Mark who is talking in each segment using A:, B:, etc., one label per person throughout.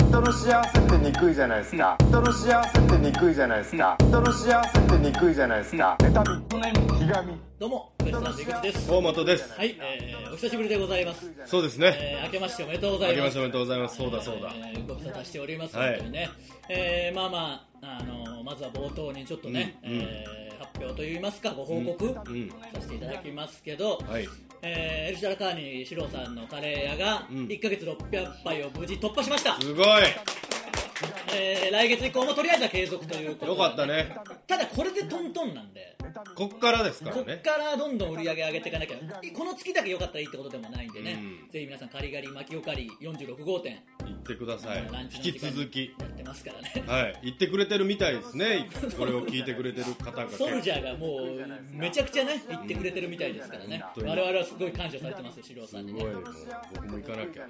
A: 人の幸せってにくいじゃないですか人の幸せってにくいじゃないですか人の幸せってにくいじゃないですか妬みひがみ
B: どうも、ウエストランド井口です。
C: 大本です。
B: はい、えー、お久しぶりでございます。
C: そうですね。
B: えー、明けましておめでとうござ
C: あ
B: い
C: り
B: ま。
C: ますしておめでとうございます。そうだそうだ。
B: えーご無沙汰しております、
C: はい
B: 本当にね。えー、まあまあ、あのー、まずは冒頭にちょっとね、
C: うんうん
B: えー発表といいますか、ご報告、
C: うん。
B: させていただきますけど、
C: はい。
B: えーエルシャラカーニシローさんのカレー屋が、
C: うん
B: 1ヶ月600杯を無事突破しました。
C: すごい
B: えー来月以降もとりあえずは継続ということ
C: よ
B: で
C: かったね。
B: ただこれでトントンなんで、
C: こっからですか
B: こ
C: ら
B: っ
C: ね。
B: からどんどん売り上げ上げていかなきゃこの月だけ良かったらいいってことでもないんでね、
C: うん
B: ぜひ皆さんカリガリ巻きおかり46号店
C: 行ってください
B: ラン。チの時
C: 引き
B: 間
C: 続き。
B: やってますからね
C: はい。行ってくれてるみたいですね。これを聞いてくれてる方が結
B: ソルジ
C: 構。
B: ャーがもうめちゃくちゃね言ってくれてるみたいですからね我々はすごい感謝されてます四郎さんに
C: すごい。
B: ね
C: もう僕も行かなきゃ。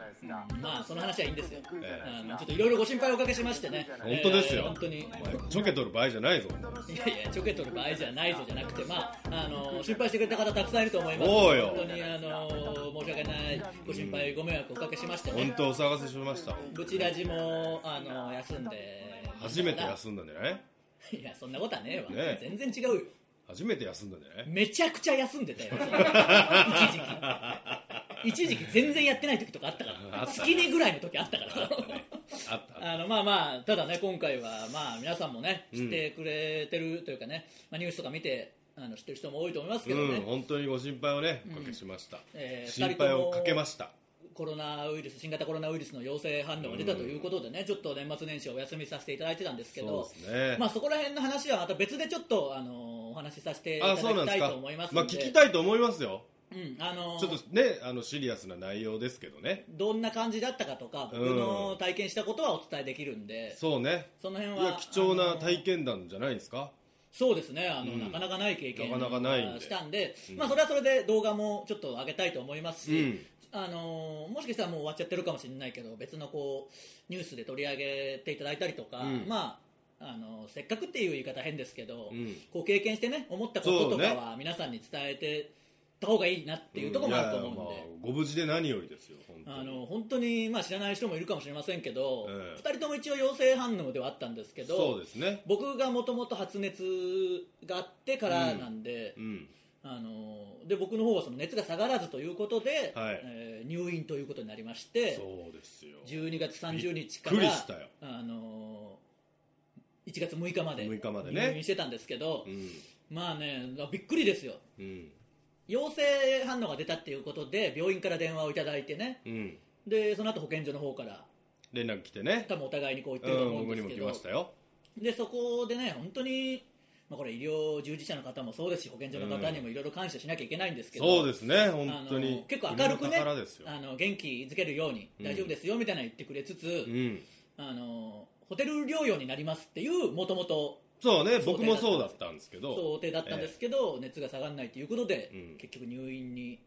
B: まあその話はいいんですよ
C: え
B: あのちょっといろいろご心配をおかけしましてね
C: 本当ですよ
B: えー本当に
C: えお前、ちょけとる場合じゃないぞ。
B: いやいや、チョケ取る場合じゃないぞじゃなくて、まあ、あの心配してくれた方たくさんいると思います。
C: そうよ
B: 本当に、あの申し訳ない、ご心配、ご迷惑をおかけしました
C: 本
B: ね。
C: 当お騒がせしました。
B: ブチラジも、あの休んで。
C: 初めて休んだんじゃない
B: いや、そんなことはねえわ。
C: ねえ
B: 全然違うよ。
C: 初めて休んだんじゃない
B: めちゃくちゃ休んでた よ。一時期。一時期全然やってない時とかあったから。月にぐらいの時あったから。
C: あった。
B: あのまあまあただね今回はまあ皆さんもね知ってくれてるというかね、まあニュースとか見てあの知ってる人も多いと思いますけど
C: うん、
B: ね、
C: 本当にご心配をね、おかけしました。
B: えー
C: 心配をかけました。
B: コロナウイルス新型コロナウイルスの陽性反応が出たということでね、ちょっと年末年始はお休みさせていただいてたんですけど
C: そうですね
B: まあ、そこら辺の話はまた別でちょっと、あのお話しさせていただ
C: あ、そうな
B: き
C: んで
B: た
C: す
B: い
C: か
B: と思いま。す
C: ま
B: の
C: あ、
B: で
C: 聞きたいと思いますよ。
B: うんあの
C: ちょっとね、あのシリアスな内容ですけどね。
B: どんな感じだったかとか僕の体験したことはお伝えできるんで、
C: そうね。
B: その辺
C: いや
B: は
C: 貴重
B: あ
C: な
B: の
C: 体験談じゃないですか。
B: そうですねあの、
C: うん
B: なかなかない経験
C: なかなかないんで
B: したんで、まあ、それはそれで動画もちょっと上げたいと思いますし、
C: うん
B: あのーもしかしたらもう終わっちゃってるかもしれないけど別のこうニュースで取り上げていただいたりとか、
C: うん
B: まあ、あのせっかくっていう言い方変ですけど、
C: うん
B: こう経験してね思ったこととか
C: そう
B: は皆さんに伝えてた方がいいなっていうところもあると思うんで。
C: いやまあご無事で何よりですよ。本当
B: あ
C: に。
B: の本当に、まあ、知らない人もいるかもしれませんけど、二
C: ええ
B: 人とも一応陽性反応ではあったんですけど
C: そうですね。
B: 僕がもともと発熱があってからなんで,、
C: うん。
B: あので僕の方はその熱が下がらずということで、
C: はい
B: えー入院ということになりまして
C: そうですよ。
B: 12月30日から
C: びっくりしたよ
B: あの1月6日まで
C: 6日までね
B: 入院してたんですけど、
C: うん。
B: まあねびっくりですよ
C: うん。
B: 陽性反応が出たっていうことで病院から電話をいただいてね
C: うん。
B: でその後保健所の方から
C: 連絡来てね。
B: 多分お互いにこう言っ
C: う
B: てると
C: ん。
B: 思うん
C: 僕
B: です
C: にも
B: け
C: 来
B: ど、
C: ましたよ。
B: でそこでね、本当に、まあ、これ医療従事者の方もそうですし保健所の方にもいろいろ感謝しなきゃいけないんですけど、
C: そうですね。本
B: あ
C: 当
B: の
C: に。
B: 結構明るくね
C: 国の宝ですよ
B: あの元気づけるように
C: うん
B: 大丈夫ですよみたいなの言ってくれつつ、
C: うん。
B: あのホテル療養になりますっていうもともと
C: そうね。僕もそうだったんですけど。
B: 想定だったんですけど、熱が下がらないということで、
C: うん
B: 結局入院に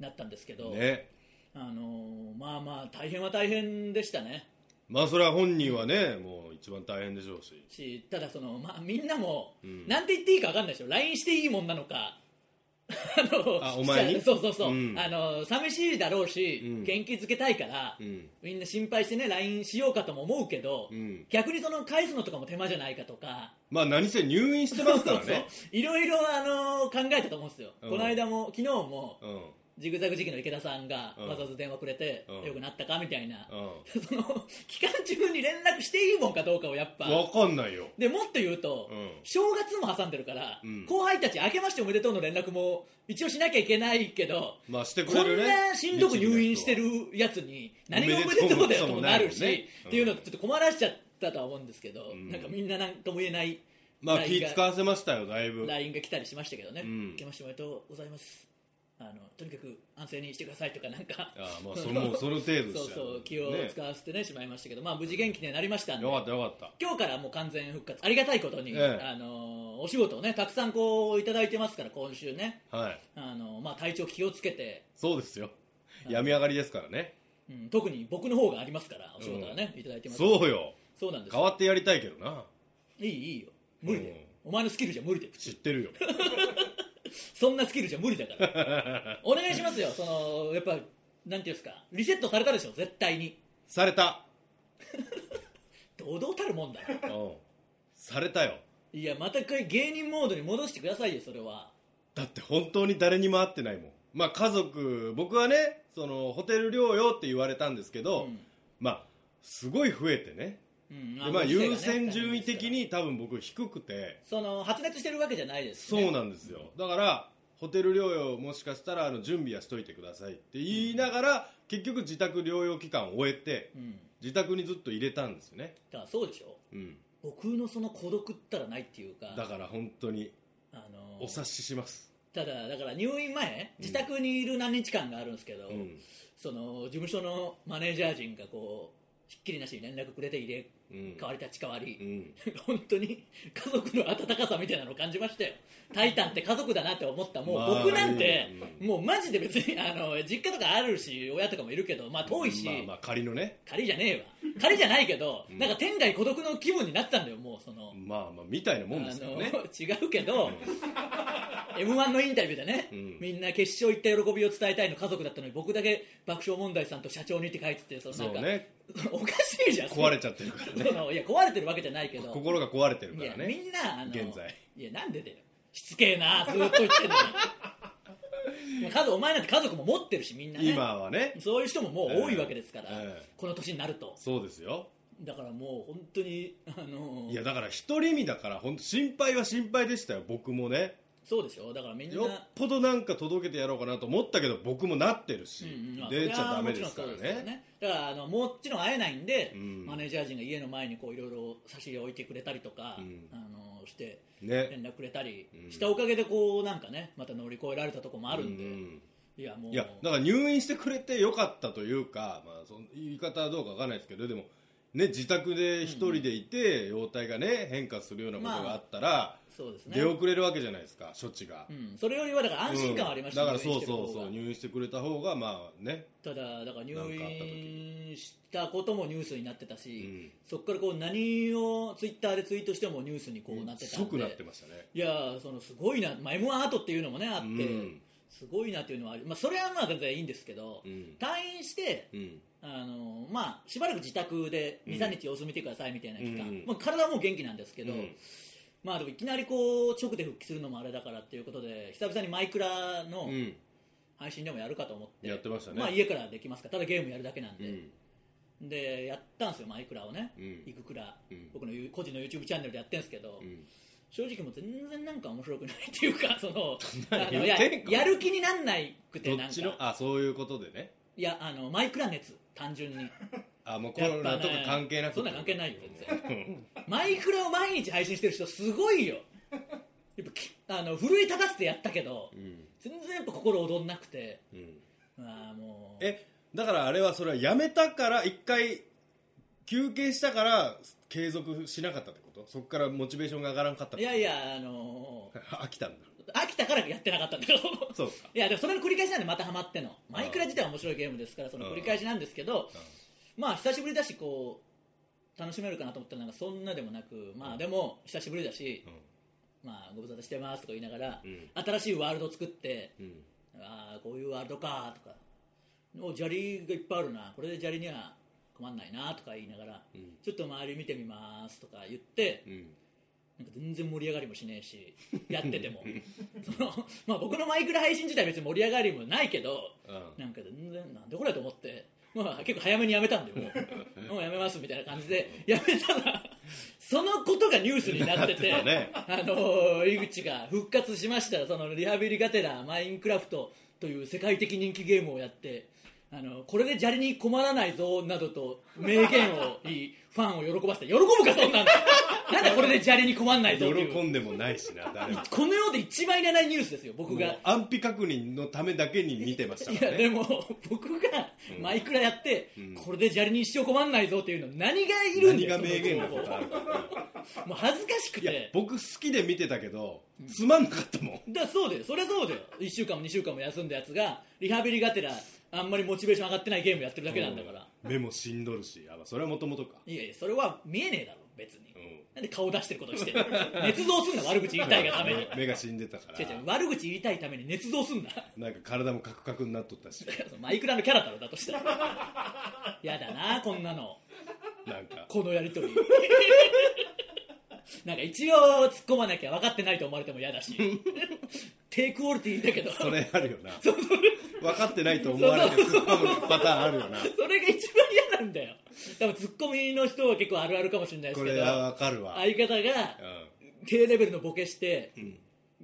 B: なったんですけど、
C: ね。
B: あのまあまあ大変は大変でしたね
C: まあそれは本人はね、もう一番大変でしょうし。
B: しただその、まあ、みんなも、
C: うん
B: なんて言っていいか分かんないでしょ LINE していいもんなのか あの
C: あお前に
B: そうそうそう、
C: うん
B: あの寂しいだろうし、
C: うん
B: 元気づけたいから、
C: うん。
B: みんな心配してね LINE しようかとも思うけど、
C: うん。
B: 逆にその返すのとかも手間じゃないかとか
C: まあ何せ入院してますからね。
B: そういろいろ、あの考えたと思うんですよ、
C: うん
B: この間も昨日も
C: うん。
B: ジグザグ時期の池田さんが
C: うん
B: わざわざ電話くれて、
C: うん
B: よくなったかみたいな、
C: うん。
B: その期間中に連絡していいもんかどうかをやっぱ
C: わかんないよ。
B: でもっと言うと、
C: うん
B: 正月も挟んでるから、
C: うん
B: 後輩たち明けましておめでとうの連絡も一応しなきゃいけないけど、
C: まあしてく
B: こ
C: れ
B: ん
C: るね。
B: なしんどく入院してるやつに何がおめでとうだよともなるし、
C: おめでとうもね
B: っていうのちょっと困らしちゃったとは思うんですけど、
C: ん
B: なんかみんななんとも言えない
C: まあ
B: LINE
C: 気
B: が
C: 使わせましたよ、だいぶ。
B: LINE が来たりしましたけどね、
C: うん
B: 明けましておめでとうございますあのとにかく安静にしてくださいとかなんか
C: ああまあ そのもうその程度で
B: そう
C: したよ
B: そう気を
C: ね
B: 使わせて、ねしまいましたけど、まあ、無事元気にはなりましたんで
C: よかったよかっ
B: 今日からもう完全復活ありがたいことに、
C: ええ
B: あのお仕事をねたくさんこういただいてますから今週ね
C: たはい
B: あの、まあ、体調気をつけて、
C: そうですよ病み上がりですからね
B: うん、特に僕の方がありますからお仕事はね、いただいてます
C: そうよ
B: そうなんです
C: 変わってやりたいけどな
B: い
C: い
B: いいよ無理だよ、お前のスキルじゃ無理だよ
C: 知ってるよ
B: そんなスキルじゃ無理だから お願いしますよそのやっぱなんていうんですかリセットされたでしょ絶対に
C: された
B: 堂々たるもんだよ
C: うんされたよ
B: いやまた一回芸人モードに戻してくださいよそれは
C: だって本当に誰にも会ってないもんまあ家族僕はねそのホテル療養って言われたんですけど、
B: うん
C: まあすごい増えてね
B: うん
C: でまあ
B: もう
C: 優
B: 背がね
C: 先順位的に多分僕低くて
B: その発熱してるわけじゃないですしね
C: そうなんですよだからホテル療養もしかしたらあの準備はしといてくださいって言いながら結局自宅療養期間を終えて
B: うん
C: 自宅にずっと入れたんですよね
B: だからそうでしょ
C: うん
B: 僕のその孤独ったらないっていうか
C: だから本当に
B: あの
C: お察しします
B: ただだから入院前自宅にいる何日間があるんですけど、
C: うん
B: その事務所のマネージャー陣がこうひっきりなしに連絡くれて入れ
C: うん
B: 替わり立ち替わ
C: う
B: り、
C: ん
B: 本当に家族の温かさみたいなのを感じましたよ「タイタン」って家族だなって思ったもう僕なんて、
C: まあう
B: もうマジで別にあの実家とかあるし親とかもいるけどまあ遠いし、
C: まあまあ仮のね
B: 仮じゃねえわ仮じゃないけど、なんか天外孤独の気分になったんだよもうその、
C: まあまあみたいなもん
B: あ
C: ですよ
B: の
C: ね
B: 違うけ ど m 1のインタビューでね、
C: うん
B: みんな決勝行った喜びを伝えたいの家族だったのに僕だけ爆笑問題さんと社長にって書いててその
C: そ
B: な
C: うん
B: か、
C: ね
B: おかしいじゃん
C: 壊れちゃってるか らね
B: そのいや壊れてるわけじゃないけど
C: 心が壊れてる
B: い
C: か
B: や
C: ら
B: み
C: ね
B: んなあの
C: 現在
B: いやなんでだよしつけえなずっと言ってんの にもう家族お前なんて家族も持ってるしみんなね
C: 今はね
B: そういう人ももう多いわけですから、
C: ええええ
B: この年になると
C: そうですよ
B: だからもう本当にあの
C: いやだから一人身だから本当心配は心配でしたよ僕もね
B: そうでしょだからみんな
C: よっぽどなんか届けてやろうかなと思ったけど僕もなってるし、
B: うんうんまあ
C: 出ち
B: それ
C: ゃ
B: は
C: ダメですから
B: もちろんそうですよ
C: ね
B: だからあのもちろん会えないんで、
C: うん
B: マネージャー陣が家の前にこういろいろ差し入れ置いてくれたりとか、
C: うん
B: あのして
C: ね
B: 連絡くれたり
C: うん
B: したおかげでこうなんかねまた乗り越えられたとこもあるんで、
C: うん
B: いやもう
C: いやだから入院してくれてよかったというか、まあ、その言い方はどうかわかんないですけどでもね自宅で一人でいて、容体がね変化するようなことがあったら、
B: そうですね
C: 出遅れるわけじゃないですか処置が、
B: うん、それよりはだから安心感はありましたね
C: うんだからそうそうそう
B: 入院してる
C: 入院してくれた方がまあね
B: 方がただだから入
C: なんかあった
B: 院したこともニュースになってたし、
C: う
B: そこからこう何をツイッターでツイートしてもニュースにこうなってたんで、
C: 即なってましたね
B: いやーそのすごいな、まあ、m 1アートっていうのもねあって、
C: うん
B: すごいなっていうのはあり、まあ、それはまあ全然いいんですけど、
C: うん
B: 退院して
C: うん
B: あのー、まあ、しばらく自宅で
C: うん
B: 23日様子見てくださいみたいな期間、
C: うん
B: まあ、体はもう元気なんですけど、
C: うん
B: まあ、でもいきなりこう直で復帰するのもあれだからっていうことで久々にマイクラの
C: うん
B: 配信でもやるかと思って,、
C: やってましたね
B: まあ、家からできますからただゲームやるだけなん
C: う
B: で。
C: ん
B: でやったんですよマイクラをね、
C: うん
B: イククラ、
C: うん
B: 僕のゆ個人の YouTube チャンネルでやってるんですけど、
C: うん
B: 正直もう全然なんか面白くないっていうかその
C: 何
B: あのや
C: 言ってんの
B: やる気になんないくて
C: ど
B: なん
C: っ
B: か
C: ちのあそういうことでね
B: いやあのマイクラ熱単 純に
C: あもうコ
B: やっ
C: ロ
B: ぱ
C: ナ
B: ね
C: とか関係なく
B: そんな関係ないよ全
C: 然
B: マイクラを毎日配信してる人すごいよやっぱきあの奮い立たせてやったけど、
C: うん
B: 全然やっぱ心躍んなくて
C: うん
B: あーもう
C: えだからあれはそれはやめたから一回休憩したから継続しなかったってことそこからモチベーションが上がらなかったってこと
B: いやいやあの
C: 飽きたんだ
B: 飽きたからやってなかったんだけど
C: そうか
B: いやでもそれの繰り返しなんでまたハマってのマイクラ自体は面白いゲームですからその繰り返しなんですけどまあ久しぶりだしこう楽しめるかなと思ったらなんかそんなでもなくまあでも久しぶりだしまあご無沙汰してますとか言いながら
C: うん
B: 新しいワールド作って
C: うんうん
B: ああこういうワールドかとかお砂利がいっぱいあるなこれで砂利には困んないなとか言いながら
C: うん
B: ちょっと周り見てみますとか言って
C: うん
B: なんか全然盛り上がりもしねえ しやっててもその、まあ、僕のマイクラ配信自体別に盛り上がりもないけど
C: うん
B: なんか全然なんでこれと思って、まあ、結構早めにやめたんでも うもうやめますみたいな感じでやめたらそのことがニュースになってて
C: なってた
B: あ
C: ね
B: のー井口が復活しましたそのリハビリがてらマインクラフトという世界的人気ゲームをやってあのこれで砂利に困らないぞなどと名言を言いファンを喜ばせて喜ぶかそん なのなんだこれで砂利に困らないぞっていう
C: 喜んでもないしな誰も
B: この世で一番いらないニュースですよ僕
C: も
B: が
C: う安否確認のためだけに見てました
B: い
C: か
B: や
C: ら
B: で
C: ね
B: も僕が
C: うん
B: マイクラやって、
C: うん
B: これで砂利に一生困んないぞっていうの何がいるん
C: 何
B: だ
C: が
B: よ
C: 名言な
B: そ
C: こ
B: の情
C: とあるか
B: 報もう恥ずかしく
C: いや
B: て
C: 僕好きで見てたけどつまんなかったもん
B: だそうだよそれそうだよ1週間も2週間も休んだやつがリハビリがてらあんまりモチベーション上がってないゲームやってるだけなんだから、
C: うん目もしんどるしあまあそれはもともとか
B: いやいやそれは見えねえだろ別に、
C: うん
B: なんで顔出してることに してんの捏造すんな悪口言いたいがために
C: 目目が死んでたから
B: 違う違う悪口言いたいために捏造すんな
C: なんか体もカクカクに なっとったし
B: マイクラのキャラだろだとしたらやだなこんなの
C: なんか
B: このやりと りなんか一応突っ込まなきゃ分かってないと思われても嫌だ し低クオリティだけど
C: それあ るよな分かってないと思われて突っ込むパターンあるよな
B: それが一番嫌なんだよ多分ツッコミの人は結構あるあるかもしれないです
C: こ
B: け
C: れ
B: ど
C: は分かるわ、
B: 相方
C: う
B: が
C: ん
B: 低レベルのボケして、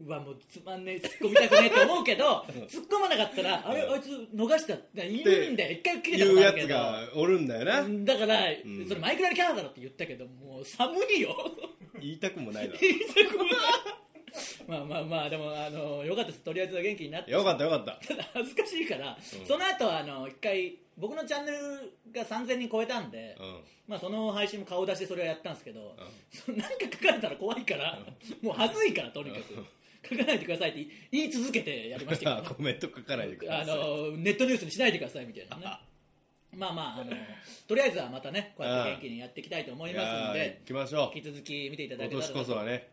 B: うわもうつまんねえ突っ込みたくねえと思うけど突っ込まなかったらあれあいつ逃したっているんだよ一回切れた
C: い
B: こ
C: う
B: とあ
C: や
B: るけ
C: つ
B: ど
C: がおるんだよな、
B: だから、それマイクラルキャラだろって言ったけどもう寒い よ
C: 言いたくもないな
B: まあまあまあでもあのよかったですとりあえずは元気になって
C: よかったよかった
B: ただ恥ずかしいから、その後はあの一回僕のチャンネルが3000人超えたんで、
C: うん
B: まあ、その配信も顔出してそれはやったんですけど、そのなんか書かれたら怖いから、もう恥ずいからとにかく書かないでくださいって言い続けてやりました けど
C: あコメント書かないでくだ
B: あ
C: さい
B: のネットニュースにしないでくださいみたいなねまあまああのとりあえずはまたねこうやって元気にやっていきたいと思い
C: い
B: ますの
C: やー
B: で
C: 行きましょ
B: 引き続き見ていた
C: う
B: だけ
C: 今
B: たら
C: 年こそはね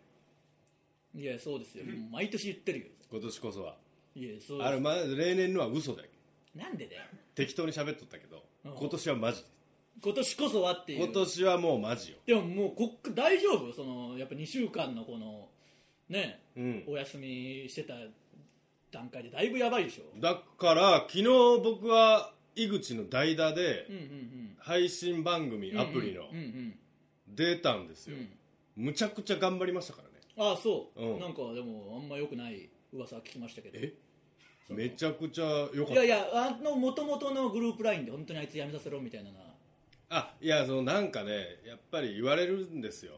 B: いやそうですよもう毎年言ってるよ
C: 今年こそはい
B: やそうです
C: あれ、ま、例年のは嘘だよ
B: なんでだよ
C: 適当に喋っとったけど
B: うん
C: 今年はマジ
B: 今年こそはっていう
C: 今年はもうマジよ
B: でももうこっ大丈夫そのやっぱ2週間のこのね、
C: うん
B: お休みしてた段階でだいぶやばいでしょ
C: だから昨日僕は井口の代打で
B: うんうん
C: 配信番組
B: うん
C: アプリの
B: うんうん
C: 出たんです
B: うん
C: よ
B: うん
C: むちゃくちゃ頑張りましたからね
B: ああそう、
C: うん
B: なんかでもあんま良くない噂は聞きましたけど
C: えめちゃくちゃ良か
B: い
C: った
B: やいやあの元々のグループラインで本当にあいつ辞めさせろみたいなのは
C: あいやそのなんかねやっぱり言われるんですよ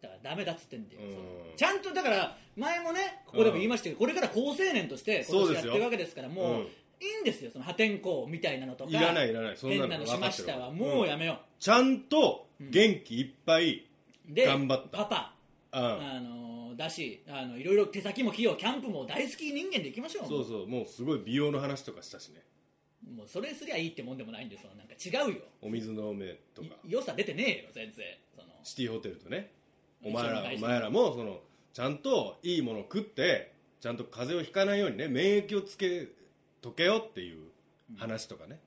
B: だからダメだっつってんで、
C: うん
B: そのちゃんとだから前もねここでも言いましたけど、これから好青年として今
C: そ
B: 年
C: うで
B: やっ
C: す
B: て
C: よ
B: るわけですからもう、
C: うん
B: いいんですよその破天荒みたいなのとか
C: いらないいらないそんなの
B: 変なのしましたは
C: 分かってるわ
B: もうやめよう、
C: ちゃんと元気いっぱい、
B: で
C: 頑張っ
B: パ
C: た
B: パ、
C: うん
B: あのーだしあのいろいろ手先も器用キャンプも大好き人間でいきましょう
C: そうそうもうすごい美容の話とかしたしね
B: もうそれすりゃいいってもんでもないんでそのなんか違うよ
C: お水のめとか
B: い良さ出てねえよ全然その
C: シティホテルとねお前ら
B: 一緒に
C: お前らもそのちゃんといいもの食ってちゃんと風邪をひかないようにね免疫をつけとけよっていう話とかね、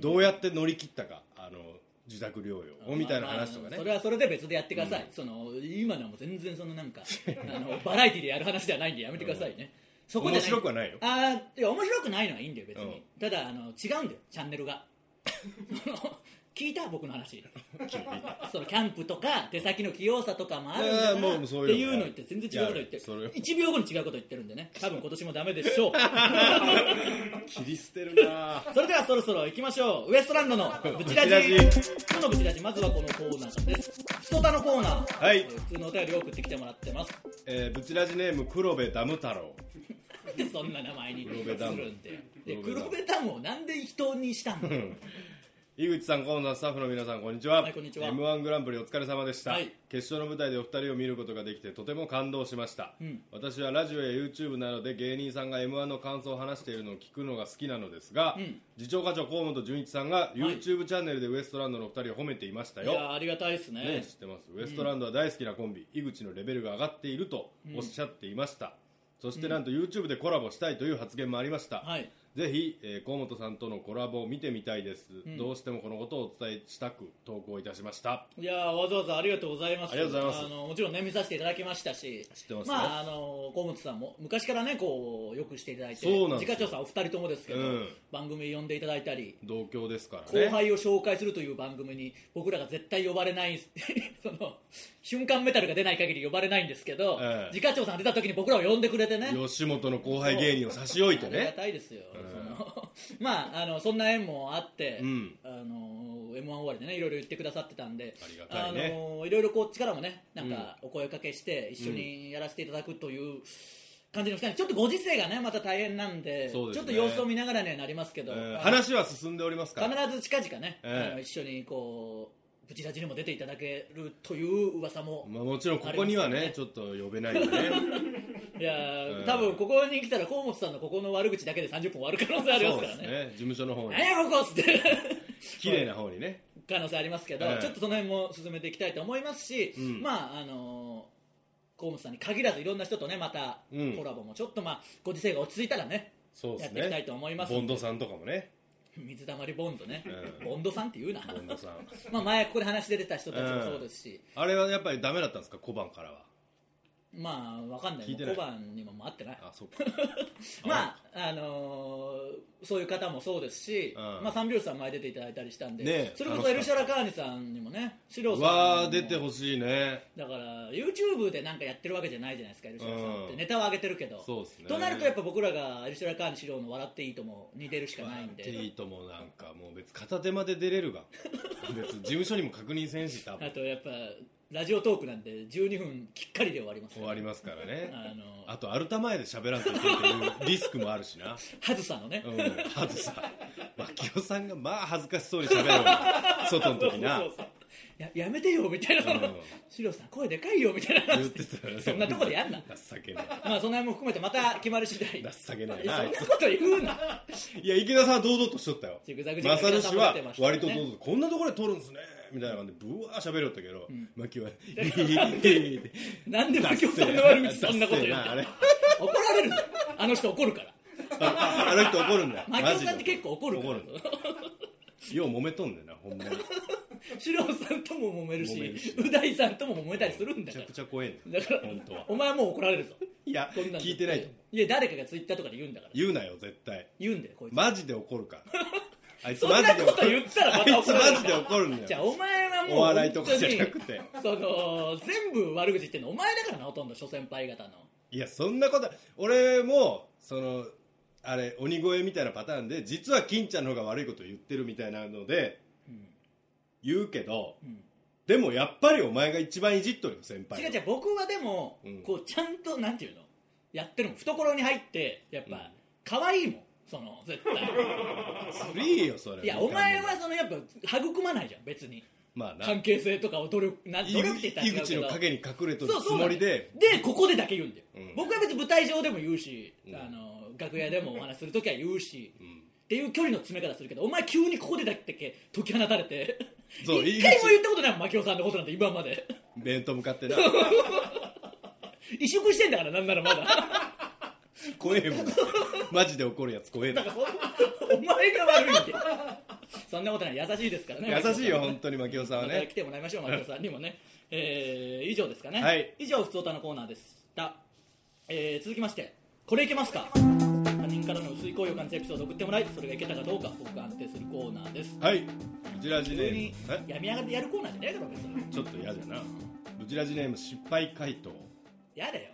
C: どうやって乗り切ったかあの自宅療養をみたいな話とか
B: まあま
C: ね
B: あ、それはそれで別でやってください、その今のはもう全然そのなんかあのバラエティでやる話ではないんでやめてくださいね、そこじゃ
C: 面白くはないよ
B: あーいや面白くないのはいいんだよ別に、ただあの違うんだよチャンネルが その聞いた僕の話そのキャンプとか手先の器用さとかもあるんだ
C: いや
B: な
C: もうもうそういう
B: っていう
C: の
B: の言って全然違うこと言って
C: いやそれ
B: る1秒後に違うこと言ってるんでね多分今年もダメでしょう
C: 切り捨てるなぁ
B: それではそろそろ行きましょうウエストランドのブチラジ
C: ブチラジ
B: 今日のブチラジまずはこのコーナーです普通歌のコーナー、
C: はい
B: えー普通のお便りを送ってきてもらってます
C: えー、ブチラジネーム黒部ダム太郎
B: なんでそんな名前にするんだよで
C: 黒部ダ
B: 黒
C: ム
B: 部ダムをなんで人にしたんだよ
C: 井口さん河野さんスタッフの皆さんこんにちは,、
B: はいこんにちは
C: m 1グランプリお疲れ様でした、
B: はい
C: 決勝の舞台でお二人を見ることができてとても感動しました、
B: ん
C: 私はラジオや YouTube などで芸人さんが m 1の感想を話しているのを聞くのが好きなのですが、
B: ん
C: 次長課長河本純一さんが YouTube チャンネルでウエストランドのお二人を褒めていました
B: い
C: よ、
B: やーありがたいですね
C: ね、知ってますウエストランドは大好きなコンビ、井口のレベルが上がっているとおっしゃっていました、そしてなんと YouTube でコラボしたいという発言もありました、
B: はい
C: ぜひ、えー河本さんとのコラボを見てみたいです、どうしてもこのことをお伝えしたく投稿いたしました
B: いやーわざわざありがとうございます
C: ありがとうございます
B: のもちろんね見させていただきましたし
C: 知ってますよ
B: まああの河本さんも昔からねこうよくしていただいて
C: そうなんですよ
B: 自家長さんお二人ともですけど、
C: うん
B: 番組呼んでいただいたり
C: 同郷ですからね
B: 後輩を紹介するという番組に僕らが絶対呼ばれない その瞬間メタルが出ない限り呼ばれないんですけど、
C: ええ
B: 自家長さん出た時に僕らを呼んでくれてね
C: 吉本の後輩芸人を差し置いて
B: ありが
C: ね
B: たいですよ、その まああのそんな縁もあって、
C: うん
B: あの m 1終わりでねいろいろ言ってくださってたんで
C: ありがたいね
B: あのいろいろこっちからもねなんかお声かけして一緒にやらせていただくという感じの二人ちょっとご時世がねまた大変なんで
C: そうですね
B: ちょっと様子を見ながらにはなりますけど、
C: うん
B: あの
C: 話は進んでおりますから
B: 必ず近々ね、
C: ええ
B: あの一緒にこうブチラジにも出ていただけるという噂も、
C: まあ、もちろんここにはね
B: あります
C: ちょっと呼 べないんでね
B: いやー、
C: うん
B: 多分ここに来たら河本さんのここの悪口だけで30分終わる可能性あります
C: そ
B: か
C: うで
B: ら
C: す
B: ね
C: ね事務所の方に
B: 何やここっつって
C: 綺麗な方にね
B: 可能性ありますけど、
C: ええ
B: ちょっとその辺も進めていきたいと思いますし、
C: ん
B: まああのー河本さんに限らずいろんな人とねまた
C: うん
B: コラボもちょっとまあご時世が落ち着いたらね
C: そうで
B: やっ
C: す
B: ていきたい
C: ね
B: と思います
C: ボンドさんとかもね
B: 水溜りボンドね、
C: うん
B: ボンドさんって言うな
C: ボンドさん
B: まあ前ここで話出てた人たちもそうですし、
C: あれはやっぱりダメだったんですか小判からは
B: まあわかんない
C: 聞いてない
B: 小判にも会ってない
C: あそ うか
B: まああのーそういう方もそうですし、
C: うん
B: まあ、三拍子さん前出ていただいたりしたんで、
C: ねえ
B: それこそエルシャラカーニさんにもねシロさ
C: う
B: んにも
C: わー出てほしいね
B: だから YouTube でなんかやってるわけじゃないじゃないですかエルシャラさんって、
C: うん
B: ネタは上げてるけど
C: そうっすね
B: となるとやっぱ僕らがエルシャラカーニシロの「笑っていいとも」に出るしかないん
C: テ
B: で
C: イトもなんかもう別片手まで出れるが別に事務所にも確認せんし多
B: あ
C: 分
B: とやっぱラジオトークなんで12分きっかりで終わりますか
C: 終
B: ら
C: わりますからね
B: あの
C: あとアルタ前で喋らんといけんっていうリスクもある しな
B: ハズさんのね、
C: うんはずさ牧雄さんがまあ恥ずかしそうに喋るよ外の時な
B: そうそうそうややめてよみたいな、
C: うん
B: シロさん声でかいよみたいな
C: 言ってたらね
B: そんなとこでやんな
C: 情けない
B: まあその辺も含めてまた決まる次第
C: 情けない
B: いや
C: な
B: そ
C: あ
B: ん
C: い
B: な
C: つ
B: こと言うな
C: いや池田さんは堂々としとったよ
B: ジグザグジグザ
C: マ
B: グ
C: サル氏
B: 池田さん
C: は
B: も出てましたね
C: 割と堂々とこんなところで撮るんすねみたいな感じでブワー喋るよったけど牧雄は「
B: なんでマキオさんの悪口そんなこと言
C: ダ
B: う
C: ッセー なあれ
B: の怒られるぞあの人怒るから
C: ああの人怒るんだよ
B: マキオさんって結構怒るから
C: マジで怒るよう揉めとんだよなほんまに
B: シロさんとも揉めるし
C: 揉めるし
B: う大さんとも揉めたりするん
C: め
B: だか
C: ちゃ
B: ら
C: くちゃ怖えん だよ
B: だから
C: 本当は
B: お前はもう怒られるぞ
C: いや
B: こんなんだって
C: 聞いてないと思う
B: いや誰かがツイッターとかで言うんだから
C: 言うなよ絶対
B: 言うんだよこいつ、
C: マジで怒る からあいつ
B: そんな
C: マジで
B: こと
C: 怒る
B: 言ったらま
C: あ
B: た
C: いつ
B: 怒られる
C: マジで怒るん
B: じ
C: だ
B: ゃあ
C: よ
B: お前はもう
C: お笑いとかじゃな
B: 本
C: くて
B: 当にその全部悪口言ってんのお前だからなほとんど諸先輩方の
C: いやそんなこと俺もそのあれ鬼越みたいなパターンで実は金ちゃんの方が悪いこと言ってるみたいなので
B: うん
C: 言うけど、
B: うん
C: でもやっぱりお前が一番いじっとるよ先輩
B: 違う違う僕はでも、
C: うん
B: こうちゃんとなんていうのやってるもん懐に入ってやっ
C: うん
B: ぱ可愛いもんその絶 対
C: ずるいよそれ
B: いやお前はそのやっぱ育まないじゃん別に
C: まあな
B: 関係性とかを努力な努
C: 井
B: 力って言ったら違うけど
C: 口の陰に隠れとる
B: そう
C: つ
B: そうな
C: も
B: んだ
C: り
B: よ
C: で
B: でここでだけ言うんだよ、
C: うん
B: 僕は別に舞台上でも言うし、
C: うん
B: あの楽屋でもお話しする時は言うし、
C: う
B: っ
C: ん
B: ていう距離の詰め方するけどお前急にここでだけ解き放たれて
C: そう
B: 一回も言ったことないもん槙尾さんのことなんて今まで
C: 面と向かってな
B: 萎縮してんだからなんならまだ
C: 怖えもんマジで怒るやつ怖えな
B: お前が悪いんで そんなことない優しいですからね
C: 優しいよ
B: 牧野さん
C: 本当に牧雄さんは
B: また
C: ね
B: 来てもらいましょう牧野さんにもね、えー以上ですかね、
C: はい
B: 以上ふつおたのコーナーでした、えー続きましてこれいけますか他人からの薄い声を感じたエピソードを送ってもらいそれがいけたかどうか僕が判定するコーナーです
C: はいブチラジネ
B: 急
C: ー
B: に
C: ムえ
B: 病み上がってやるコーナーじゃねえだろ別に
C: ちょっと嫌じゃなブチラジネーム失敗回答
B: やだよ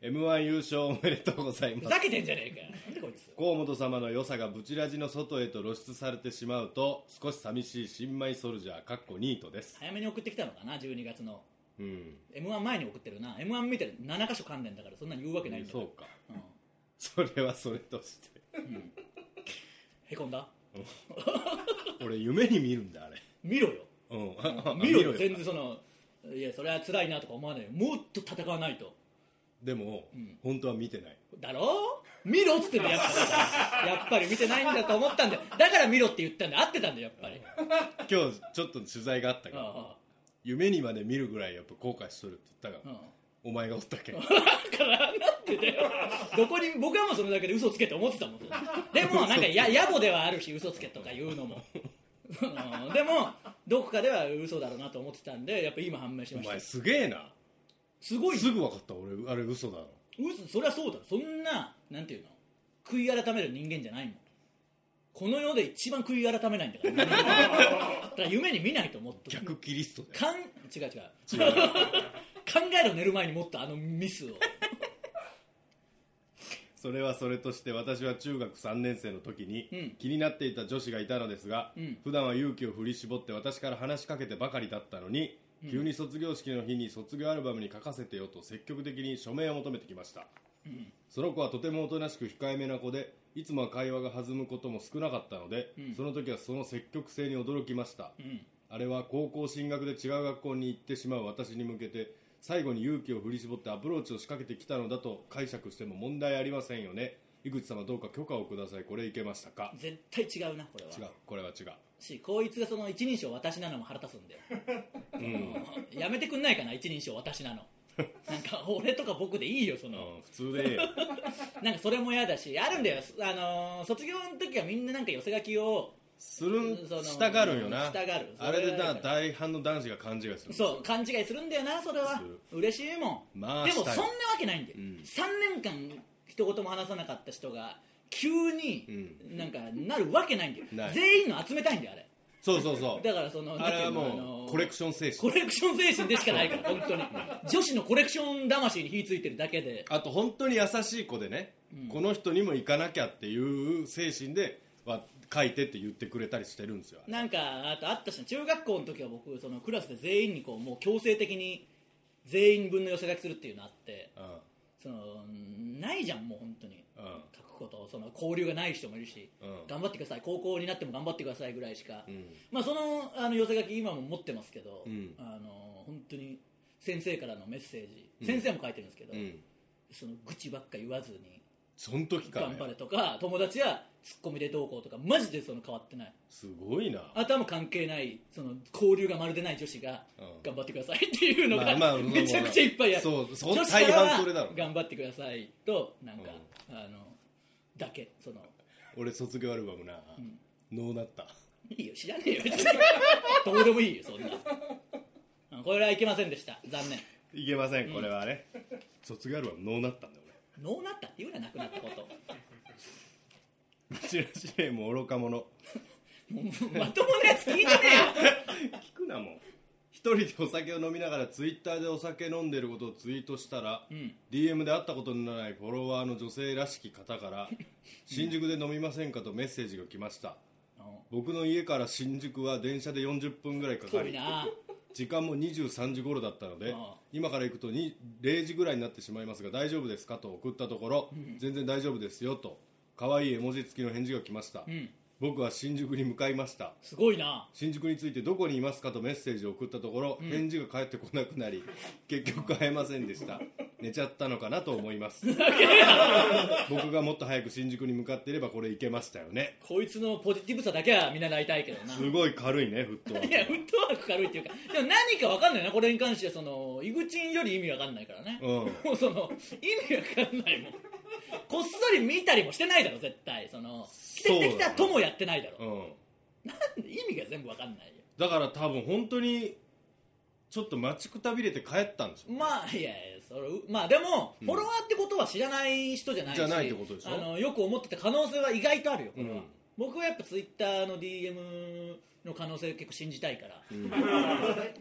C: m 1優勝おめでとうござい
B: ふ
C: ます
B: ざけてんじゃねえかよなんでこいつ
C: 河本様の良さがブチラジの外へと露出されてしまうと少し寂しい新米ソルジャーかっこニートです
B: 早めに送ってきたのかな12月の
C: うん
B: m 1前に送ってるな m 1見てる7箇所関連だからそんなに言うわけないんだから
C: そうかそれはそれとして
B: へこんだ
C: 俺夢に見るんだあれ
B: 見ろよ
C: うん
B: 見ろよ
C: な
B: 全然そのいやそれは辛いなとか思わないよもっと戦わないと
C: でも、
B: ん
C: 本当は見てない
B: だろ見ろっつってんだよやっぱりやっぱり見てないんだと思ったんだよだから見ろって言ったんだ合ってたんだよやっぱり
C: 今日ちょっと取材があったから
B: あ
C: 夢にまで見るぐらいやっぱ後悔しとるって言った
B: あ
C: が、
B: うん
C: お前がおったけん
B: だからなんてだよどこに僕はもうそれだけで嘘つけって思ってたもんでもなんかや野暮ではあるし嘘つけとか言うのもうんでもどこかでは嘘だろうなと思ってたんでやっぱ今判明し
C: お
B: ました
C: 前すげえな
B: すごいよ
C: すぐ分かった俺あれ嘘だろ
B: 嘘そりゃそうだろそんななんていうの悔い改める人間じゃないもんこの世で一番悔い改めないんだから 人間だから夢に見ないと思っと
C: 逆キリストだよ
B: かん違う違う 考えろ寝る前にもっとあのミスを
C: それはそれとして私は中学3年生の時に、
B: うん
C: 気になっていた女子がいたのですが、
B: うん
C: 普段は勇気を振り絞って私から話しかけてばかりだったのに、急に卒業式の日に卒業アルバムに書かせてよと積極的に署名を求めてきました、その子はとてもおとなしく控えめな子でいつもは会話が弾むことも少なかったので、
B: うん
C: その時はその積極性に驚きました、
B: うん
C: あれは高校進学で違う学校に行ってしまう私に向けて最後に勇気を振り絞ってアプローチを仕掛けてきたのだと解釈しても問題ありませんよね井口様どうか許可をくださいこれいけましたか
B: 絶対違うなこれは
C: 違うこれは違う
B: しこいつがそ の一人称私なのも腹立つんだよ、うんやめてくんないかな一人称私なのなんか俺とか僕でいいよその、
C: うん普通でええよ
B: なんかそれも嫌だしあるんだよ、あのー卒業の時はみんななんか寄せ書きを
C: するん
B: その
C: したがるんよな
B: したがるそれ
C: あれで
B: だ
C: な
B: から
C: 大半の男子が勘違いする
B: そう勘違いするんだよなそれは
C: する
B: 嬉しいもん、
C: まあ
B: でもそん
C: した
B: な
C: よ
B: わけないんだよ、
C: うん
B: 3年間一言も話さなかった人が急に
C: う
B: なんかなるわけないんだよ、
C: ない
B: 全員の集めたいんだよあれ
C: そうそうそう
B: だからその
C: あれは
B: なんていうのあ
C: も
B: の
C: うコレクション精
B: コ
C: 神
B: レクション精神でしかない から本当に女子のコレクション魂に火ついてるだけで
C: あと本当に優しい子でね、この人にも行かなきゃっていう精神では書いてって言ってくれたりしてるんですよ
B: なんかあとあったし中学校の時は僕そのクラスで全員にこうもう強制的に全員分の寄せ書きするっていうのあって
C: うん
B: そのないじゃんもう本当に
C: うん
B: 書くことその交流がない人もいるし、
C: うん
B: 頑張ってください高校になっても頑張ってくださいぐらいしか、
C: ん
B: まあ、そのあの寄せ書き今も持ってますけど、
C: うん
B: あの本当に先生からのメッセージ、先生も書いてるんですけど、
C: うん
B: その愚痴ばっか言わずに
C: その時から、
B: 頑
C: ね
B: 張、れとか、友達やツッコミでどうこうとかマジでその変わってない
C: すごいな
B: あとはもう関係ないその交流がまるでない女子が
C: うん
B: 頑張ってくださいっていうのが、
C: まあまあ
B: めちゃくちゃいっぱいやる
C: そうそう
B: 女子から
C: 大半それだ
B: は
C: ろ
B: 頑張ってくださいとなんか、あのだけその
C: 俺卒業アルバムな、ノーなった
B: いいよ知らねえよ 別にどうでもいいよそんなうんこれはいけませんでした残念
C: いけませんこれはね、卒業アルバムノーなったんだ
B: ノーなったって言うななくなったこと
C: 俺うちら試練も愚か者
B: もうまともなやつ聞いてねえよ
C: 聞くなもん一人でお酒を飲みながらツイッターでお酒飲んでることをツイートしたら、
B: ん
C: DM で会ったことのないフォロワーの女性らしき 方から「新宿で飲みませんか?」とメッセージが来ました
B: う
C: 僕の家から新宿は電車で40分ぐらいか
B: ん遠
C: か
B: い
C: り
B: な
C: 時間も23時頃だったので
B: ああ
C: 今から行くとに0時ぐらいになってしまいますが大丈夫ですかと送ったところ、全然大丈夫ですよと可愛い絵文字付きの返事が来ました、
B: ん
C: 僕は新宿に向かいました
B: すごいな
C: 新宿についてどこにいますかとメッセージを送ったところ、返事が返ってこなくなり結局会えません でした寝ちゃったのかなと思います 僕がもっと早く新宿に向かっていればこれいけましたよね
B: こいつのポジティブさだけはみんな大体けどな
C: すごい軽いねフットワー
B: いや、
C: ク
B: フットワーク軽いっていうか、でも何か分かんないな、これに関しては、その、イグチンより意味分かんないからね。
C: う
B: もうその、意味分かんないもん。こっそり見たりもしてないだろ、絶対。その、来て
C: そうだ
B: き
C: ね
B: てきたともやってないだろ。
C: が、うん、
B: 意味が全部分かんないよ。
C: だから多分本当にちょっと待ちくたびれて帰ったんでしょ、
B: まあ、いやいや、それ、まあでも、フォロワーってことは知らない人じゃないし、
C: じゃないってことでしょ
B: あの、よく思ってた可能性は意外とあるよ、これは。
C: うん
B: 僕はやっぱツイッターの DM の可能性結構信じたいから。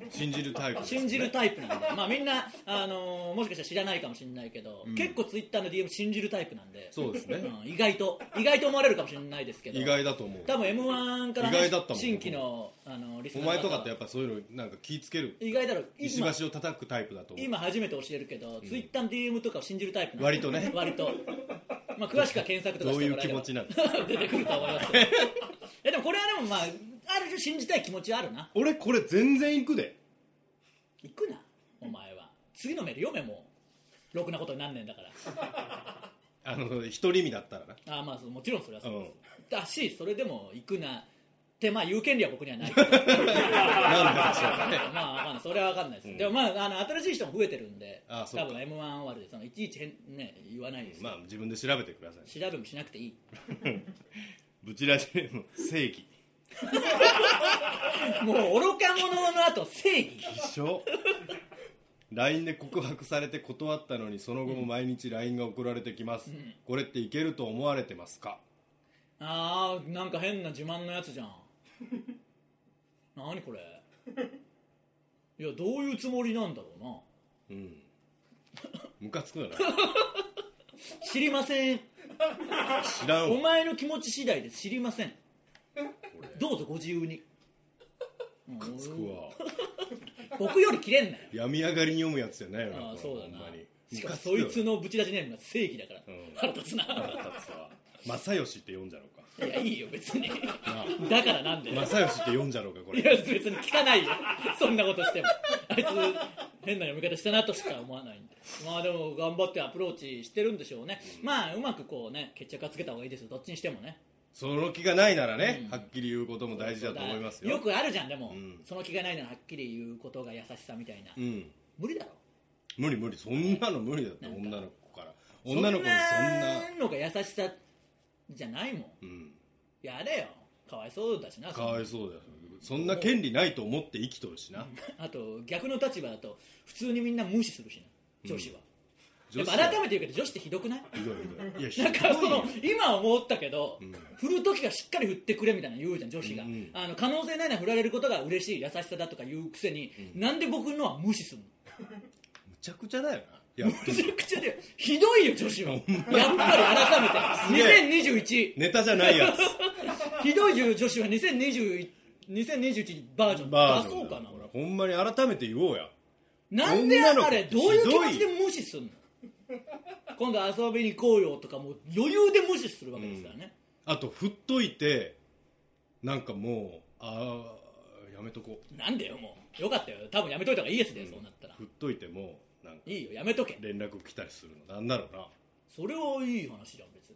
C: 信じるタイプですね
B: 信じるタイプなんで、まあ、みんな、あのーもしかしたら知らないかもしれないけど、結構ツイッターの DM 信じるタイプなんで
C: そうですね
B: ん意外と意外と思われるかもしれないですけど
C: 意外だと思う
B: 多分 m 1から、
C: 意外だったもん
B: 新規のあのリス
C: お
B: ナー
C: 前とかってや
B: や
C: っぱそういうのなんか気ぃつける
B: 意外だろ
C: 石
B: 今
C: 橋を叩くタイプだと思う
B: 今初めて教えるけど、ツイッターの DM とかを信じるタイプなんで
C: 割とね
B: 割と、まあ、詳しくは検索とか
C: ど
B: し
C: う
B: て
C: い
B: も
C: う
B: ら
C: 気
B: えれば
C: 持ちなの
B: 出てくると思いますけどいやでもこれはでもまあある種信じたい気持ちはあるな
C: 俺これ全然行くで
B: 行くなお前は次のメール読めもうろくなことになんねんだから
C: あの一人身だったらな
B: あまあそうもちろんそれはそうです、
C: うん
B: だしそれでも行くなってまあ言う権利は僕に はないけどま
C: なんでしょうか ね
B: あわかんないそれは分かんないです、でもまああの新しい人も増えてるんで
C: あそう
B: 多
C: か
B: 分 m 1終わるでそのいちいち変、ね、言わないです、
C: まあ自分で調べてください
B: 調べもしなくていい
C: ブチラジネーム正義
B: もう愚か者の後正義
C: 一緒 LINE で告白されて断ったのにその後も毎日 LINE が送られてきます、これっていけると思われてますか
B: ああなんか変な自慢のやつじゃん何これいやどういうつもりなんだろうな
C: うんムカつ くよな
B: 知りません
C: 知らん
B: お
C: わ
B: 前の気持ち次第です知りませんどうぞご自由に
C: ムカつくわ
B: 僕より切れんなよ
C: 病み上がりに読むやつじゃ ないよな
B: ああ
C: これ
B: そうだ
C: ほん
B: な
C: まに
B: しかも
C: ムカつ
B: そ
C: くよ
B: いつのブチラジネームが正義だから、
C: ん
B: 腹立つな
C: 腹立つわ正義って読んじゃろうか
B: いやいいよ別にだからなんでいや
C: 正義って読んじゃろうかこれ
B: 別に聞かないよそんなことしてもあいつ変な読み方したなとしか思わないんでまあでも頑張ってアプローチしてるんでしょうね、まあうまくこうね決着はつけた方がいいですよどっちにしてもね
C: その気がないならね、はっきり言うことも大事だと思いますよ
B: くあるじゃんでも、
C: ん
B: その気がないならはっきり言うことが優しさみたいな、
C: うん
B: 無理だろ
C: 無理無理そんなの無理だって女の子から女の子にそんな
B: そんなのが優しさじゃないもん
C: うん
B: やれよかわいそうだしな
C: かわいそうだよそんな権利ないと思って生きとるしな
B: あと逆の立場だと普通にみんな無視するしな女子は、
C: 女子
B: やっぱ改めて言うけど女子ってひど くない
C: ひどいひどいいや ひ
B: なんかそ
C: どい
B: の
C: よ
B: 今思ったけど、振る時がしっかり振ってくれみたいなの言うじゃん女子が、
C: うんうん
B: あの可能性ないなら振られることが嬉しい優しさだとか言うくせに、なんで僕のは無視するの
C: むちゃくちゃだよなやって
B: め
C: る
B: ちゃくちゃでひどいよ女子はやっぱり改めて2021
C: ネタじゃな いやつ
B: ひどい女子は2021 2021バージョン
C: バー
B: 出
C: ジョ
B: そ
C: ン
B: う
C: だ
B: か
C: よ
B: な
C: ほらほんまに改めて言おうや
B: なんであれどういう気持ち
C: ひ
B: で
C: ど
B: 無視すんの今度遊びに行こうよとかもう余裕で無視するわけですからね、
C: あと振っといてなんかもうああやめとこう
B: なんでよもうよかったよ多分やめといた方がいいですね、そうなったら
C: 振っといてもなんか
B: いいよやめとけ
C: 連絡来たりするのなんだろうな
B: それはいい話じゃん別に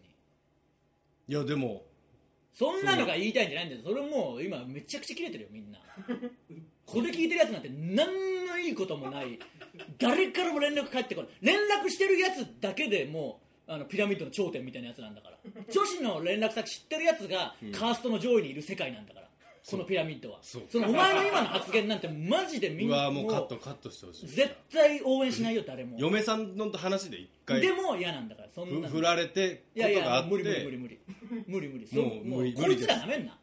C: いやでも
B: そんなのが言いたいんじゃないんだよそれもう今めちゃくちゃ切れてるよみ んなこれ聞いてるやつなんて何のいいこともない誰からも連絡返ってこない連絡してるやつだけでもうあのピラミッドの頂点みたいなやつなんだから女子の連絡先知ってるやつがカーストの上位にいる世界なんだから、このピラミッドは
C: そう
B: のお前の今の発言なんてマジでみ
C: うん
B: な
C: わもうカットカットしてほしい
B: 絶対応援しないよ誰も
C: 嫁さんの話で一回
B: でも嫌なんだからそん
C: ふ
B: なの
C: 振られて
B: い
C: こ
B: やい
C: とがあ
B: や
C: って
B: 無理無理無理無理無理無理そ
C: もう
B: も
C: 無
B: う
C: 理
B: こ
C: 無理
B: い
C: で
B: つ
C: す
B: らなめんな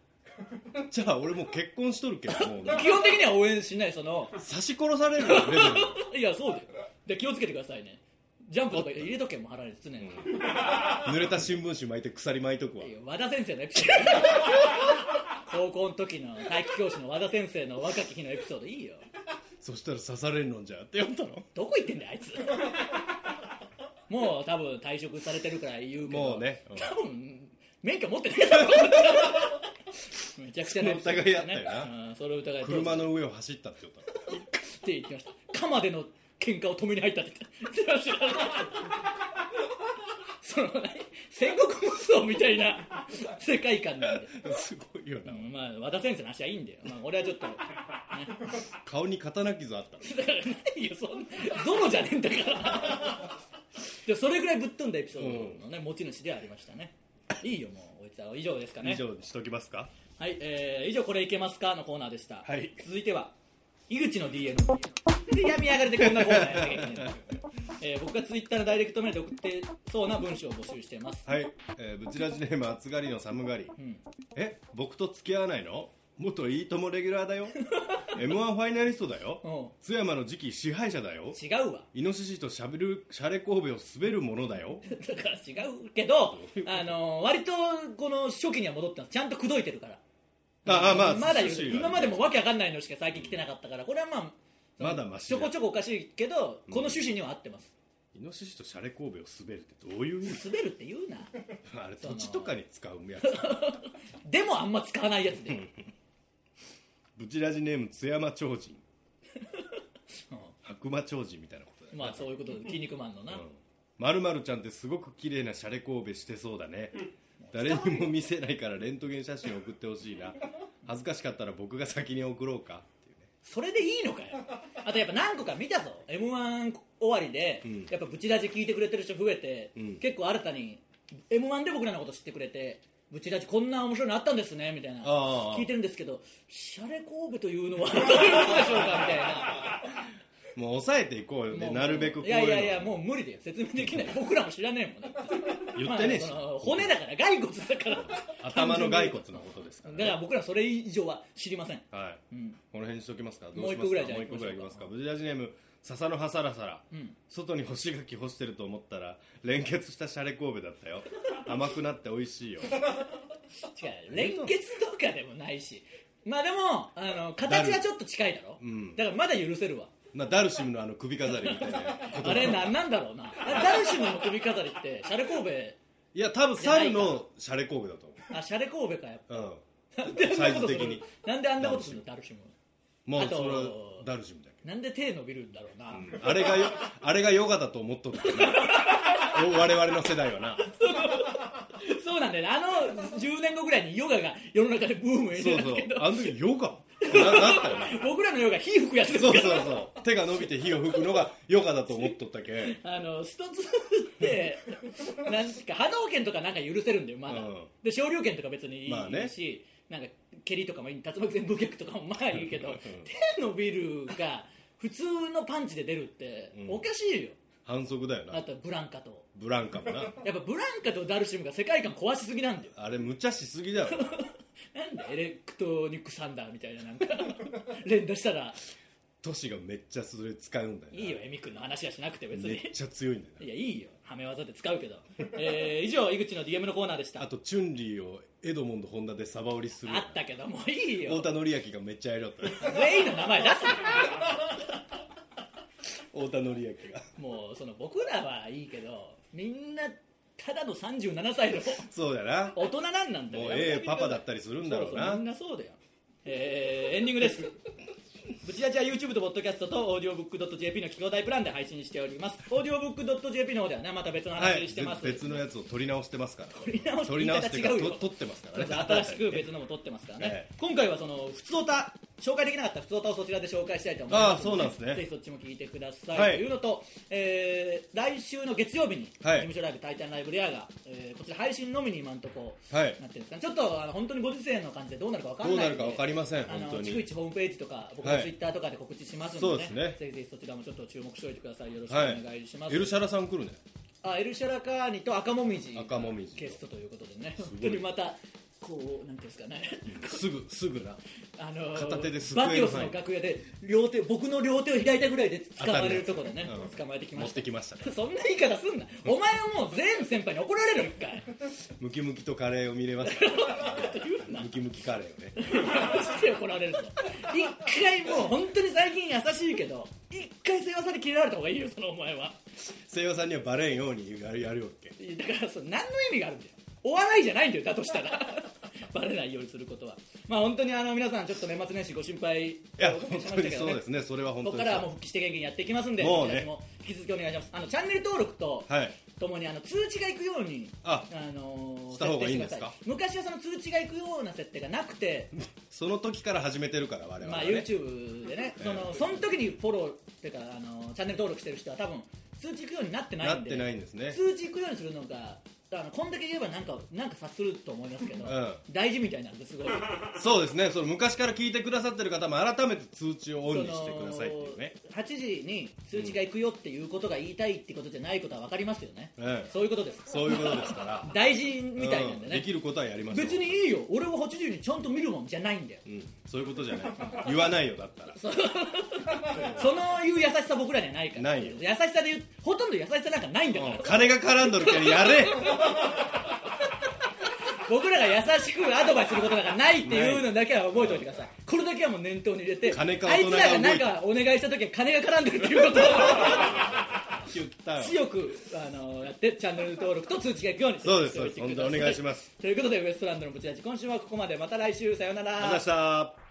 C: じゃあ俺もう結婚しとるけどもう
B: 基本的には応援しないその
C: 刺し殺されるよレベル
B: いやそうだよで気をつけてくださいねジャンプとか入れとけもう払われて常に、
C: 濡れた新聞紙巻いて鎖巻いとくわ
B: いや和田先生のエピソード高校の時の体育教師の和田先生の若き日のエピソードいいよ
C: そしたら刺されるのんじゃってやったの
B: どこ行ってんだよあいつもう多分退職されてるから言うけど
C: もうねうん
B: 多分免許持ってないだろうなめちゃくちゃなエピソードでしたね
C: その疑いあったよ
B: うん、それを疑い
C: 車の上を走ったって言ったの
B: って言ってました鎌での喧嘩を止めに入ったって言って知らないその何戦国無双みたいな世界観なんで、
C: すごいよ
B: う
C: なん
B: まあ、和田先生の話はいいんだよ、まあ、俺はちょっと、ね、
C: 顔に刀傷あったの
B: だからないよそんなゾロじゃねえんだからでもそれぐらいぶっ飛んだエピソードの、ね持ち主ではありましたねいいよもうこいつは以上ですかね
C: 以上にしときますか
B: はい、えー以上これいけますかのコーナーでした、
C: はい
B: 続いては井口の DM で病み上がりでこんなコーナーやっていけないんだよ、えー僕がツイッターのダイレクトメールで送ってそうな文章を募集しています
C: はい、えー、ブチラジネーム暑がりの寒がり、
B: ん
C: え僕と付き合わないの元いいともレギュラー だよ m 1ファイナリストだよ
B: うん
C: 津山の次期支配者だよ
B: 違うわ
C: イノシシとしゃべるシャレ神戸を滑るもの だよ
B: だから違うけど、あのー割とこの初期には戻ってますちゃんと口説いてるから
C: ああまあ
B: まだ
C: 涼しいわ
B: 今までもわけわかんないのしか最近来てなかったからこれはまあ
C: まだマシ
B: ち
C: だ
B: ょこちょこおかしいけどこの趣旨には合ってます、
C: イノシシとシャレ神戸を滑るってどういう意 味
B: 滑るって言うな
C: あれ土地とかに使うやつ
B: でもあんま使わないやつで
C: ブチラジネーム津山超人白馬超人みたいなことだよ
B: まあそういう ことで筋肉マンのな、
C: まるまるちゃんってすごく綺麗なシャレ神戸してそうだね誰にも見せないからレントゲン写真送ってほしいな恥ずかしかったら僕が先に送ろうかっていうね
B: それでいいのか よあとやっぱ何個か見たぞ m 1終わりで、
C: ん
B: やっぱブチラジ聞いてくれてる人増えて、
C: うん
B: 結構新たに m 1で僕らのこと知ってくれてブチラジこんな面白いのあったんですねみたいな
C: ああ
B: 聞いてるんですけどシャレ神戸という のはどういうことでしょうかみたいな
C: もう抑えていこうよね
B: もう
C: なるべくこう
B: い
C: いうの
B: やいやいやもう無理だよ説明できない僕らも知らねえもんだって
C: 言ってねえし、
B: まあその骨だから骸骨だから
C: 頭の骸骨のことですから
B: だ
C: ね
B: から僕らそれ以上は知りません
C: はい、
B: ん
C: この辺にしときますかど
B: もう
C: し
B: 一
C: ま
B: 個ぐ
C: す
B: らいじ
C: か
B: ゃあ
C: もう一個ぐらいいきますか
B: 行
C: ブチラジネーム笹の葉サラサラ、外に干し柿干してると思ったら連結したシャレ神戸だったよ甘くなって美味しいよ
B: 違う連結とかでもないしまあでもあの形がちょっと近いだろ、
C: ん
B: だからまだ許せるわ
C: まあダルシムのあの首飾りみたいなこと
B: あれなんなんだろうなダルシムの首飾りってシャレ神
C: いや多分猿のシャレ工具だと
B: 戸あシャレ神戸かやっ
C: 思う、
B: ぱ
C: サイズ的に
B: なんであんなことするのダルシム
C: うん、もう
B: あと
C: それはダルシムだけ
B: なんで手伸びるんだろうな、
C: どあれがよ あれがヨガだと思っとるからなお我々の世代はな
B: そうなんだよねあの10年後ぐらいにヨガが世の中でブームに
C: そう
B: な
C: そ
B: る
C: う
B: けど
C: あの時ヨガななったよね
B: 僕らのヨガ火吹くやつです
C: そう
B: か
C: そ
B: ら
C: うそう手が伸びて火を吹くのがヨガだと思っとったけん
B: あのストツってなんか波動拳とかなんか許せるんだよまだ、
C: うん
B: で少量拳とか別にいいし、
C: まあね
B: なんか蹴りとかもいい竜巻旋風脚とかもまあいいけど手伸びるが普通のパンチで出るって
C: うん
B: おかしいよ、
C: 反則だよな
B: あとブランカと
C: ブランカもな
B: やっぱブランカとダルシムが世界観壊しすぎなんだよ
C: あれ無茶しすぎだよ
B: なんでエレクトニックサンダーみたいななんか連打したら
C: トシがめっちゃそれ使うんだよない
B: いよエミ君の話はしなくて別
C: め
B: に
C: っちゃ強いんだよ
B: いやいいよはめ技で使うけど、えー以上井口の DM のコーナーでした
C: なあとチュンリーをエドモンド・ホンダでサバ売りする
B: あったけどもういいよ
C: 太田紀明がめっちゃやりよったよ
B: 全員の名前出す
C: 太田紀明が
B: なもうその僕らはいいけどみんなただの37歳の
C: そうだな
B: 大人なんなんだよ
C: もうええパパだったりするんだろう
B: そうそ
C: な
B: みんなそうだよえーエンディングですブチラジは YouTube と Podcast と audiobook.jp の機構大プランで配信しております audiobook.jp の方ではねまた別の
C: は
B: 話
C: い
B: してます、
C: 別のやつを取り直してますから
B: り直し
C: 取り直してか
B: 言い方違うよ
C: と取ってますからね
B: 新しく別のも撮ってますからね、
C: ええ
B: 今回はその普通歌紹介できなかった普通歌をそちらで紹介したいと思います
C: ああそうなんですね
B: ぜひそっちも聞いてください、
C: はい
B: というのと、えー来週の月曜日に事
C: はい
B: 務所ライブ「タイタンライブレアが」えーこちら配信のみに今のとこ
C: はい
B: なってるんですか、ねちょっとあの本当にご時世の感じでどうなるかわかん
C: どう
B: ない
C: なんる
B: で
C: か分かりません
B: あの
C: 本当
B: 逐
C: に
B: 一ホームページとか僕の
C: はい
B: ツイッターとかで告知しますので,、
C: そうですね
B: ぜひぜひそちらもちょっと注目しておいてくださいよろしくお
C: は
B: 願
C: い
B: いします、
C: エルシャラさん来るね
B: あエルシャラカーニと赤もみじ
C: 赤もみじ
B: ゲストということでね
C: ごい
B: 本当にまたこうなんていうんですかね
C: すぐすぐな
B: あのー
C: 片手ですくえる
B: バティオスの楽屋で両手僕の両手を開いたぐらいで捕まれるところでね、
C: うん
B: 捕まえてきま
C: 持っ
B: してた
C: きましたね
B: そんな言い方すんなお前はもう全先輩に怒られる一回
C: ムキムキとカレーを見れましたね
B: 言うな
C: ムキムキカレーをね
B: マジで怒られるぞ一回もう本当に最近優しいけど一回すいませんに切れられた方がいいよそのお前は
C: 西洋さんにはバレんようにやるやるよっけ
B: だからその何の意味があるんだよお笑いじゃないんだよだとしたら バレないようにすることはまあ本当にあの皆さんちょっと年末年始ご心配
C: いや
B: おかけ
C: 本
B: しました
C: 当に
B: けど
C: そう
B: ね
C: ですねそれは本
B: こ
C: 当
B: こ
C: に
B: からはもう復帰して元気にやっていきますんで、
C: もうね
B: こちらも引き続きお願いします。あのチャンネル登録と
C: はい
B: ともにあの通知が行くように、
C: あ
B: のー
C: した方がいいんです
B: 設
C: か
B: 定してください昔はその通知が行くような設定がなくて、
C: その時から始めてるから我々
B: ま
C: は
B: あ
C: ね
B: YouTube でね、
C: え
B: そのその時にフォローっていうかあのーチャンネル登録してる人は多分通知行くようになってな
C: ない
B: ん
C: っ
B: で、
C: てないんですね
B: 通知行くようにするのが。あのこんだけ言えばなんかなんか察すると思いますけど、
C: うん
B: 大事みたいなんです ごい
C: そうですねその昔から聞いてくださってる方も改めて通知をオンにしてくださいっていうね
B: その8時に通知が行くよっていうことが言いたいってことじゃないことは分かりますよね、
C: ええ
B: そういうことです
C: そういうことですから
B: 大事みたいなんで
C: うん
B: ね、
C: できることはやりましょう
B: 別にいいよ俺は8時にちゃんと見るもんじゃないんだ よ
C: うんそういうことじゃない言わないよだったら
B: そのいう優しさ僕らにはないから
C: ないよ
B: 優しさで言うほとんど優しさなんかないんだから、
C: うん金が絡んどるけどやれ
B: 僕らが優しくアドバイスすることなんかないっていうのだけは覚えておいてください、これだけはもう念頭に入れて
C: 金か
B: あ
C: 大
B: い
C: 人
B: つ
C: が動
B: ら
C: いて
B: が
C: る
B: なんかお願いした時は金が絡んでるっていうことを
C: 言ったよ
B: 強くあのやってチャンネル登録と通知がいくように
C: そうです
B: しておいて
C: そうです
B: くださ
C: 本当お願いします
B: ということでウエストランドのブチラジ今週はここまでまた来週さようなら
C: ありがとうございました